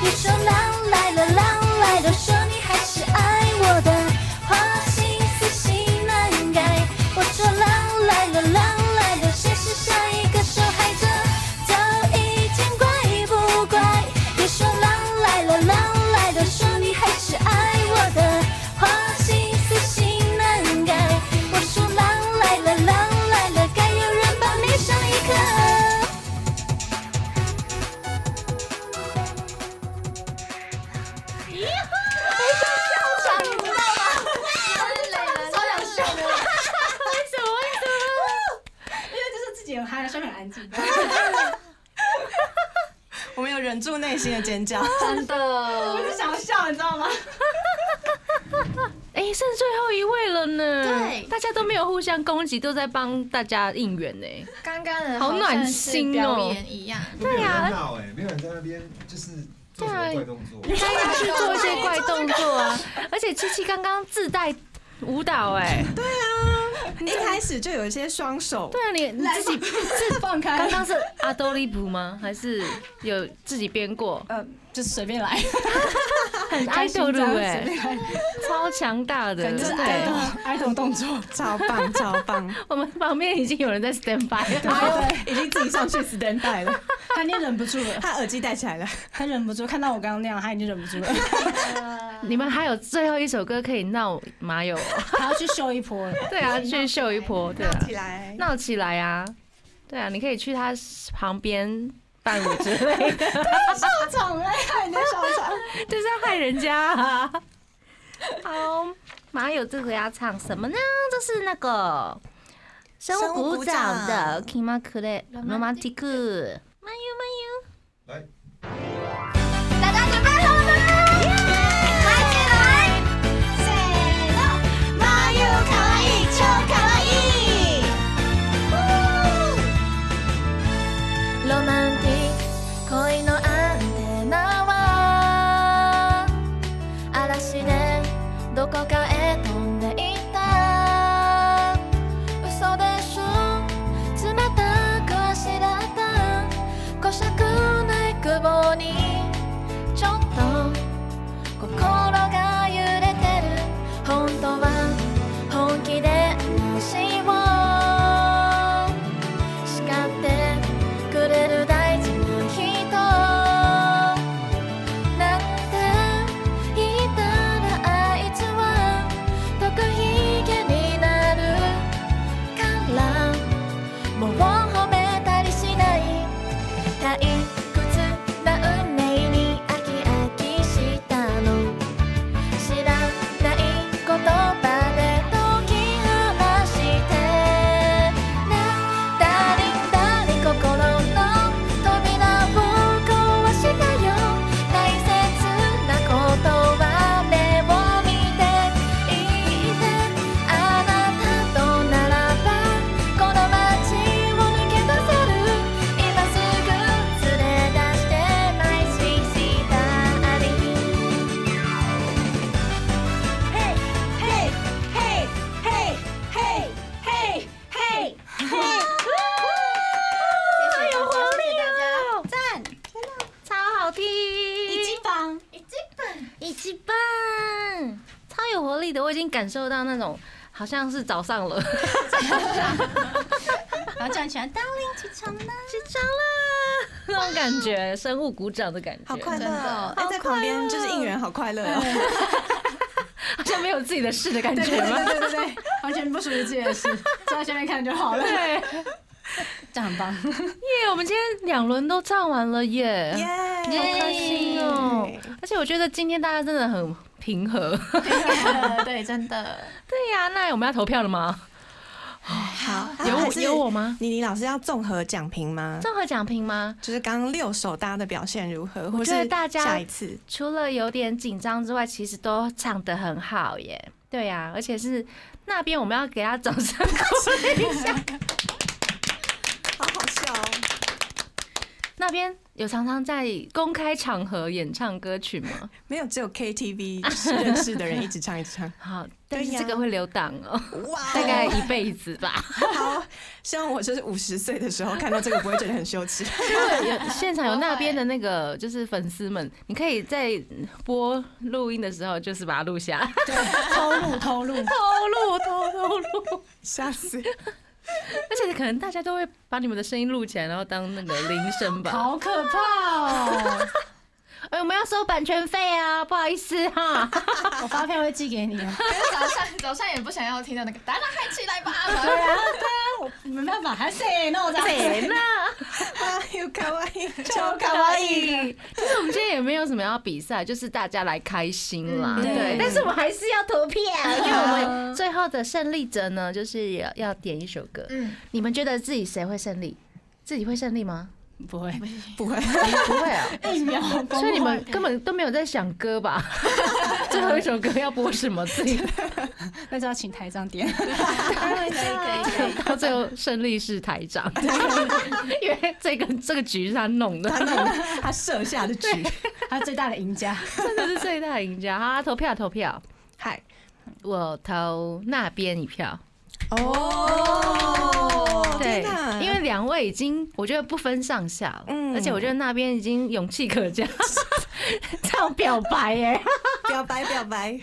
Speaker 1: 你说狼来了，狼来了，说你还是爱我的，花心思心难改。我说狼来了，狼来了，谁是下一个受害者？早已见怪不怪，你说狼来了，狼来了，说你还是爱我的，花心思心难改。我说狼来了，狼来了，该有人帮你上一课。
Speaker 3: 就是自己很嗨，说很安静。
Speaker 5: 我没有忍住内心的尖叫。
Speaker 2: 真的，
Speaker 3: 我是想笑，你知道吗？
Speaker 2: 哎，剩最后一位了呢。
Speaker 4: 对
Speaker 2: 大家都没有互相攻击，都在帮大家应援呢。
Speaker 4: 刚刚的
Speaker 2: 好暖
Speaker 4: 像是
Speaker 2: 心哦
Speaker 4: 表演一样，
Speaker 2: 对啊
Speaker 7: 没有人在闹哎，没有人在那边就是做什么怪动作。
Speaker 2: 大家去做一些怪动作啊！
Speaker 3: 哎
Speaker 2: 而且七七刚刚自带舞蹈，哎，
Speaker 5: 一开始就有一些双手，
Speaker 2: 对啊，你你自己
Speaker 3: 放开，
Speaker 2: 刚刚是阿多利普吗？还是有自己编过？
Speaker 3: 呃，就是随便 来，
Speaker 2: 很爱豆的哎，超强大的，
Speaker 5: 真的
Speaker 3: 爱
Speaker 5: 对
Speaker 3: 动爱动动作，
Speaker 5: 超棒超棒！
Speaker 2: 我们旁边已经有人在 stand by 了。
Speaker 5: 已经自己上去 stand by 了，
Speaker 3: 他已经忍不住了，
Speaker 5: 他耳机戴起来了。
Speaker 3: 他忍不住，看到我刚刚那样，他已经忍不 住了，
Speaker 2: 你们还有最后一首歌可以闹麻友哦，
Speaker 3: 他要去秀一波了。
Speaker 2: 对啊，去秀一波，对啊，
Speaker 5: 来，
Speaker 2: 闹起来啊，对啊，你可以去他旁边伴舞之类的，
Speaker 3: 校长哎，你的校长，
Speaker 2: 就是要害人家、啊。好，麻友这回要唱什么呢？这是那个生
Speaker 5: 生物
Speaker 2: 物
Speaker 5: 鼓
Speaker 2: 鼓
Speaker 5: 掌
Speaker 2: 掌的《Kima Kure Romantic》。麻友麻友。
Speaker 7: 来，
Speaker 4: 大家准备好了吗？嗨起来！せーの、マユ可愛い超可愛い。ロマンティック恋のアンテナは嵐でどこかへ飛んでいった嘘でしょ冷たくあしらった姑息ない首
Speaker 2: 击棒，超有活力的，我已经感受到那种好像是早上了，
Speaker 3: 然后叫你喜欢当铃起床 啦，
Speaker 2: 起床了那种感觉，生物鼓掌的感觉，
Speaker 5: 好快乐
Speaker 4: 真的
Speaker 5: 哦！哎，在旁边就是应援，好快乐哦！
Speaker 2: 好像没有自己的事的感
Speaker 3: 对
Speaker 2: 觉
Speaker 3: 对
Speaker 2: 吗？
Speaker 3: 对对对，完全不属于自己的事，坐在下 面看就好了，
Speaker 2: 对，
Speaker 3: 这样很棒。
Speaker 2: 耶，我们今天两轮都唱完了耶，
Speaker 5: 耶，
Speaker 2: 好开心哦！而且我觉得今天大家真的很平和。
Speaker 4: 对，真的。
Speaker 2: 对呀、那我们要投票了吗？
Speaker 5: 好，
Speaker 2: 有
Speaker 5: 还
Speaker 2: 我
Speaker 5: 是
Speaker 2: 有我吗？
Speaker 5: 妮妮老师要综合讲评吗？
Speaker 2: 综合奖评吗？
Speaker 5: 就是刚刚六首大家的表现如何，或
Speaker 2: 觉得
Speaker 5: 是
Speaker 2: 大家
Speaker 5: 下一次
Speaker 2: 除了有点紧张之外，其实都唱得很好耶。对呀、而且是那边我们要给他掌声 鼓励一下。
Speaker 5: 好好笑哦！
Speaker 2: 那边有常常在公开场合演唱歌曲吗？
Speaker 5: 没有，只有 KTV 就是认识的人一直唱一直 唱。
Speaker 2: 好，但是
Speaker 5: 对呀
Speaker 2: 这个会留档哦，
Speaker 5: 哇哦，
Speaker 2: 大概一辈子 吧。
Speaker 5: 好，希望我就是五十岁的时候看到这个不会觉得很羞耻。
Speaker 2: 有现场有那边的那个就是粉丝们，你可以在播录音的时候就是把它录下，
Speaker 3: 偷录偷录，
Speaker 2: 偷录偷偷录，
Speaker 5: 吓死！
Speaker 2: 而且可能大家都会把你们的声音录起来，然后当那个铃声吧。
Speaker 3: 好可怕哦！
Speaker 2: 哎、我们要收版权费啊，不好意思 哈、
Speaker 3: 我发票会寄给你哦。
Speaker 4: 可是早上早上也不想要听到那个，大家嗨起来吧！
Speaker 3: 啊，对啊，我没办法，还谁那我在
Speaker 2: 谁呢？
Speaker 5: 啊，又卡哇伊，
Speaker 3: 超可
Speaker 2: 可
Speaker 3: 爱。
Speaker 2: 以。其实我们今天也没有什么要比赛，就是大家来开心啦。
Speaker 3: 嗯
Speaker 2: 对
Speaker 3: 对，
Speaker 2: 但是我们还是要投票，因为我们最后的胜利者呢，就是要要点一首歌。
Speaker 4: 嗯，
Speaker 2: 你们觉得自己谁会胜利？自己会胜利吗？
Speaker 3: 不会，
Speaker 5: 不会，
Speaker 2: 不会啊，
Speaker 3: 疫苗公会，
Speaker 2: 所以你们根本都没有在想歌吧？ 最后一首歌要播什么？自己
Speaker 3: 那就要请台长点。
Speaker 4: 可以可以可以，
Speaker 2: 到最后胜利是台长， 因为这个这个局是他弄的，
Speaker 5: 他那种他设下的局。
Speaker 3: 他最大的赢家，
Speaker 2: 真的是最大赢家。好，投票投票，
Speaker 5: 嗨，
Speaker 2: 我投那边一票。
Speaker 5: 哦，
Speaker 2: 对
Speaker 5: 天哪，
Speaker 2: 因为两位已经我觉得不分上下了，
Speaker 5: 嗯
Speaker 2: 而且我觉得那边已经勇气可嘉，唱表白耶。
Speaker 5: 表白表白，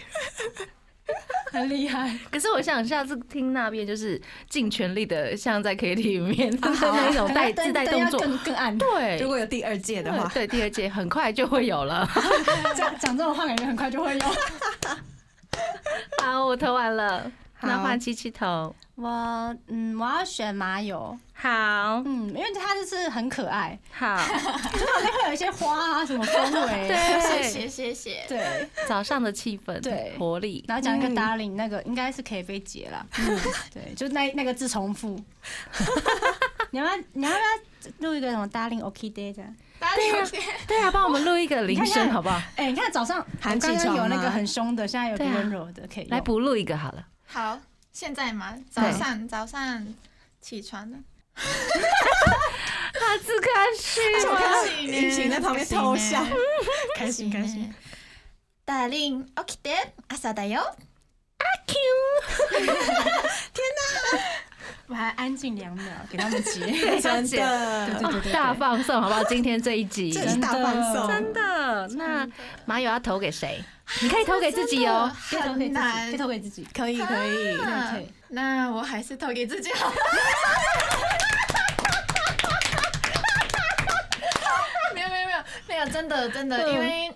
Speaker 3: 很厉害。
Speaker 2: 可是我想下次听那边就是尽全力的，像在 K T 里面的
Speaker 3: 啊
Speaker 2: 那种 带自带动作，
Speaker 3: 更更暗。
Speaker 2: 对
Speaker 5: 如。果有第二届的
Speaker 2: 对
Speaker 5: 话，
Speaker 2: 对，第二届很快就会有了。
Speaker 3: 这样讲这种话，感觉很快就会有。
Speaker 2: 好，我投完了，那
Speaker 5: 好
Speaker 2: 换七七投。
Speaker 3: 我嗯，我要选麻油，
Speaker 2: 好，
Speaker 3: 嗯，因为它就是很可爱，
Speaker 2: 好，
Speaker 3: 就是旁边会有一些花啊什么氛
Speaker 4: 谢
Speaker 3: 围，
Speaker 2: 对，
Speaker 4: 谢谢谢。
Speaker 3: 对，
Speaker 2: 早上的气氛，
Speaker 3: 对
Speaker 2: 活力，
Speaker 3: 然后讲一个 darling，那个应该是可以被解了，嗯，对，就那那个字重复。你要不要你要不要录一个什么 darling OK day 的？
Speaker 4: 大家聊天，
Speaker 2: 对啊，帮我们录一个铃
Speaker 3: 你看
Speaker 2: 声
Speaker 3: 看
Speaker 2: 好不好？
Speaker 3: 哎、你看早上刚
Speaker 5: 喊起
Speaker 3: 刚
Speaker 5: 床
Speaker 3: 有那个
Speaker 5: 吗
Speaker 3: 很凶的，现在有个
Speaker 2: 对啊
Speaker 3: 温柔的，可以用
Speaker 2: 来补录一个好了。
Speaker 4: 好，现在嘛，早上早上起床的，
Speaker 2: 哈兹卡西
Speaker 5: 就
Speaker 2: 吗？
Speaker 5: 看到引擎在旁边偷笑，
Speaker 4: 开心开心。ダーリン起きて朝だよ。
Speaker 3: 我还安静两秒，给他们接。对
Speaker 5: 真
Speaker 2: 解
Speaker 5: 的，
Speaker 3: 对对对，
Speaker 2: 大啊放送好不好？今天这一集
Speaker 5: 这是大放送，
Speaker 2: 的。那马友要投给谁？你可以投给自己哦。
Speaker 3: 可以投给
Speaker 4: 很
Speaker 3: 自己，可以
Speaker 4: 难。
Speaker 3: 投给自己。
Speaker 5: 可以可以，
Speaker 3: 可
Speaker 4: 那
Speaker 3: 以
Speaker 4: 啊那我还是投给自己好了。没有没有没有没有，真的真的，因为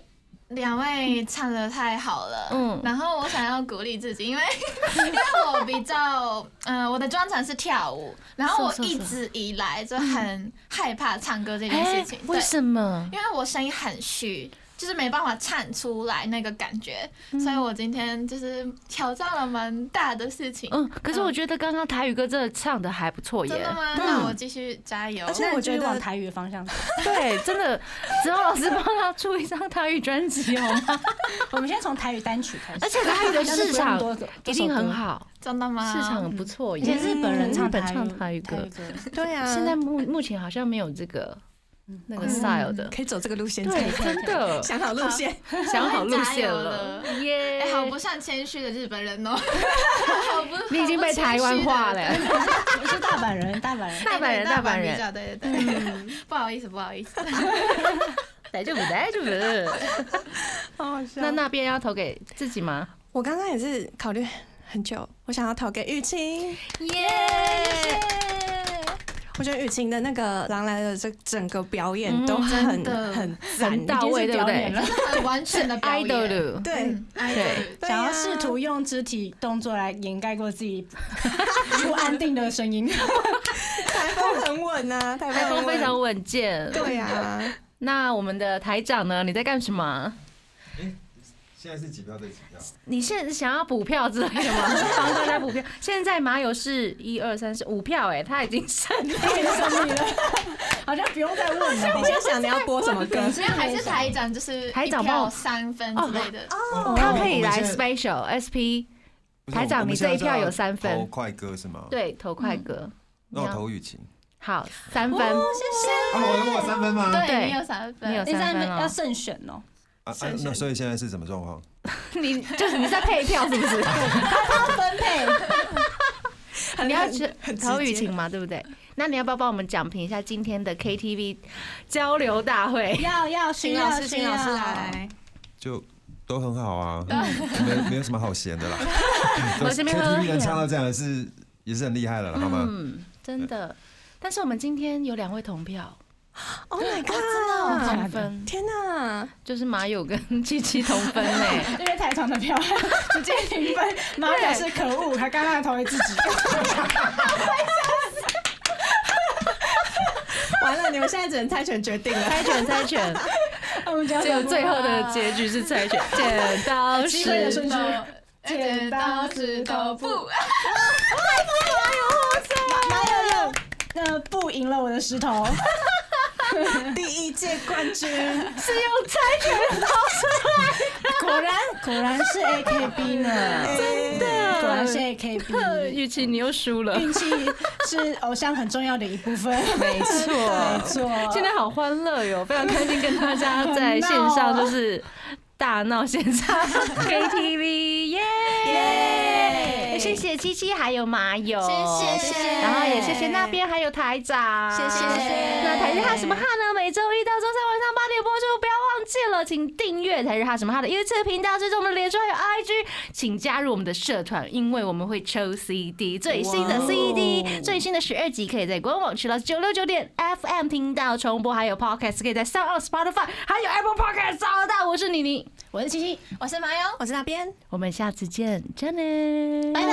Speaker 4: 两位唱的太好了，
Speaker 2: 嗯
Speaker 4: 嗯，然后我想要鼓励自己，因为 因为我比较，嗯，我的专长是跳舞，然后我
Speaker 2: 是是是
Speaker 4: 一直以来就很害怕唱歌这件事情，对
Speaker 2: 哎为什么？
Speaker 4: 因为我声音很虚，就是没办法唱出来那个感觉，
Speaker 2: 嗯
Speaker 4: 所以我今天就是挑战了蛮大的事情。
Speaker 2: 嗯，可是我觉得刚刚台语歌真的唱的还不错
Speaker 4: 真
Speaker 2: 耶嗯
Speaker 4: 的。吗？那我继续加油。
Speaker 5: 而且我觉
Speaker 3: 就是往
Speaker 5: 得
Speaker 3: 台语的方向走。
Speaker 2: 对，真的，子豪老师帮他出一张台语专辑好吗？
Speaker 3: 我们先从台语单曲开始，
Speaker 2: 而且台语的市场嗯
Speaker 3: 但是不用多多
Speaker 2: 一定很。好，
Speaker 4: 真的吗？
Speaker 2: 市场很不错耶。
Speaker 3: 以前是本人唱
Speaker 2: 日本
Speaker 3: 台
Speaker 2: 唱
Speaker 3: 语
Speaker 2: 台语歌，
Speaker 5: 对啊，
Speaker 2: 现在目目前好像没有这个那个
Speaker 5: 嗯
Speaker 2: style 的。
Speaker 5: 可以走这个路线，
Speaker 2: 对，真的
Speaker 5: 想好路线，
Speaker 2: 想好路线
Speaker 4: 我会加
Speaker 2: 了，
Speaker 4: 哎、
Speaker 2: 耶！
Speaker 4: 好不像谦虚的日本人哦、 好不，
Speaker 2: 你已经被台湾化了。
Speaker 3: 我是大阪人，大阪 人。
Speaker 2: 大
Speaker 4: 好不谦
Speaker 2: 阪人，
Speaker 4: 虚的。
Speaker 2: 大阪
Speaker 4: 阪比
Speaker 2: 人，嗯
Speaker 4: 较哎对对对，不好意思，不好意思。
Speaker 2: 来就不来就不。
Speaker 5: 好好笑
Speaker 2: 那那边要投给自己吗？
Speaker 5: 我刚刚也是考虑很久，我想要投给玉清。
Speaker 2: 耶！
Speaker 5: 我觉得雨晴的那个《狼来了》这整个表演都
Speaker 2: 嗯真
Speaker 5: 很、
Speaker 2: 的
Speaker 5: 很
Speaker 2: 很
Speaker 5: 赞
Speaker 2: 到位，对不对？
Speaker 9: 很完全的 表演
Speaker 2: idol 的
Speaker 5: 对，
Speaker 4: 嗯
Speaker 2: 对，
Speaker 5: 对
Speaker 3: 想要
Speaker 5: 啊
Speaker 3: 试图用肢体动作来掩盖过自己不安定的声音。
Speaker 5: 台风很稳啊，台
Speaker 2: 台
Speaker 5: 风
Speaker 2: 风
Speaker 5: 很
Speaker 2: 非
Speaker 5: 稳
Speaker 2: 常稳健。
Speaker 5: 对啊，
Speaker 2: 那我们的台长呢？你在干什么？
Speaker 7: 现在是几票对几票？
Speaker 2: 你现在想要补票之类的 吗？帮大家补票。现在麻油是一二三四五票，哎，他已经胜利了。
Speaker 3: 好像不用再问
Speaker 5: 你
Speaker 3: 了。
Speaker 5: 就想你要播什么歌？
Speaker 9: 所以还是台长，就是
Speaker 2: 台长
Speaker 9: 一
Speaker 2: 帮
Speaker 9: 票
Speaker 2: 我哦
Speaker 9: 三分之类的。
Speaker 2: 他可以来
Speaker 7: 哦我们现在
Speaker 2: special SP，
Speaker 7: 不是
Speaker 2: 台长
Speaker 7: 我们
Speaker 2: 你这一票有三分
Speaker 7: 我们现在是要投快歌是吗？，
Speaker 2: 对，投快歌。
Speaker 7: 那我嗯哦投雨晴。
Speaker 2: 好，三分，
Speaker 7: 啊，我我三分吗？
Speaker 2: 哦对
Speaker 9: 对，你有三分，
Speaker 2: 你有
Speaker 3: 第
Speaker 2: 三
Speaker 3: 三
Speaker 2: 分
Speaker 3: 要
Speaker 2: 哦。
Speaker 3: 慎选哦，
Speaker 7: 啊啊，那所以现在是什么状况？
Speaker 2: 你就是你在配票是不是？
Speaker 3: 分配。
Speaker 2: 你要去
Speaker 5: 很直
Speaker 2: 陶雨
Speaker 5: 接
Speaker 2: 晴嘛，对不对？那你要不要帮我们讲评一下今天的 KTV 交流大会？
Speaker 3: 要要需
Speaker 5: 请
Speaker 3: 要
Speaker 5: 老师，
Speaker 3: 需
Speaker 5: 请老师
Speaker 3: 要
Speaker 5: 来。
Speaker 7: 就都很好啊，没没有什么好闲 的啦。都
Speaker 2: 我这边喝
Speaker 7: KTV 能唱到这样的是也是很厉害了啦，好吗？
Speaker 2: 嗯，真的。但是我们今天有两位同票，
Speaker 5: Oh
Speaker 3: 哦
Speaker 5: my god！
Speaker 2: 同分，
Speaker 5: 天哪，
Speaker 2: 就是马友跟 七七同分 呢。
Speaker 3: 因为台长的票直接平分，马表是可恶，还刚刚投给自己。
Speaker 5: 完了，你们现在只能猜拳决定了。
Speaker 2: 猜拳，猜 拳，
Speaker 3: 我们只要
Speaker 2: 结果最后的结局是猜拳，剪刀
Speaker 3: 啊 机会的
Speaker 2: 石
Speaker 3: 顺序，
Speaker 9: 剪刀石头布，
Speaker 3: 马友那呃不赢了我的石头，
Speaker 5: 第一届冠军，
Speaker 2: 是用猜拳投出来。
Speaker 3: 果然果然是 AKB 呢，
Speaker 5: 真
Speaker 3: 果然 是
Speaker 2: 呃
Speaker 3: AKB，
Speaker 2: 玉琪，你又输了。
Speaker 3: 运气是偶像很重要的一部分，没错没错，
Speaker 2: 现在好欢乐哟，非常开心跟大家在线上就是大闹线 上 KTV，耶！耶！谢谢七七还有麻友，
Speaker 9: 谢谢谢
Speaker 2: 然后也谢谢那边还有台长，谢谢。那台日哈什么哈呢？每周一到周三晚上八点播出，不要忘记了，请订阅台日哈什么哈的 YouTube 频道，追踪我们的脸书还有 IG，请加入我们的社团，因为我们会抽 CD，最新的 CD，最新的十二集可以在官网吃到九六九点 FM 频道重播，还有 Podcast 可以在 Sound、Spotify 还有 Apple Podcast 找得到。我是妮妮，
Speaker 3: 我是七七，
Speaker 9: 我是麻油。
Speaker 5: 我是那边。
Speaker 2: 我们下次见，真的，拜拜。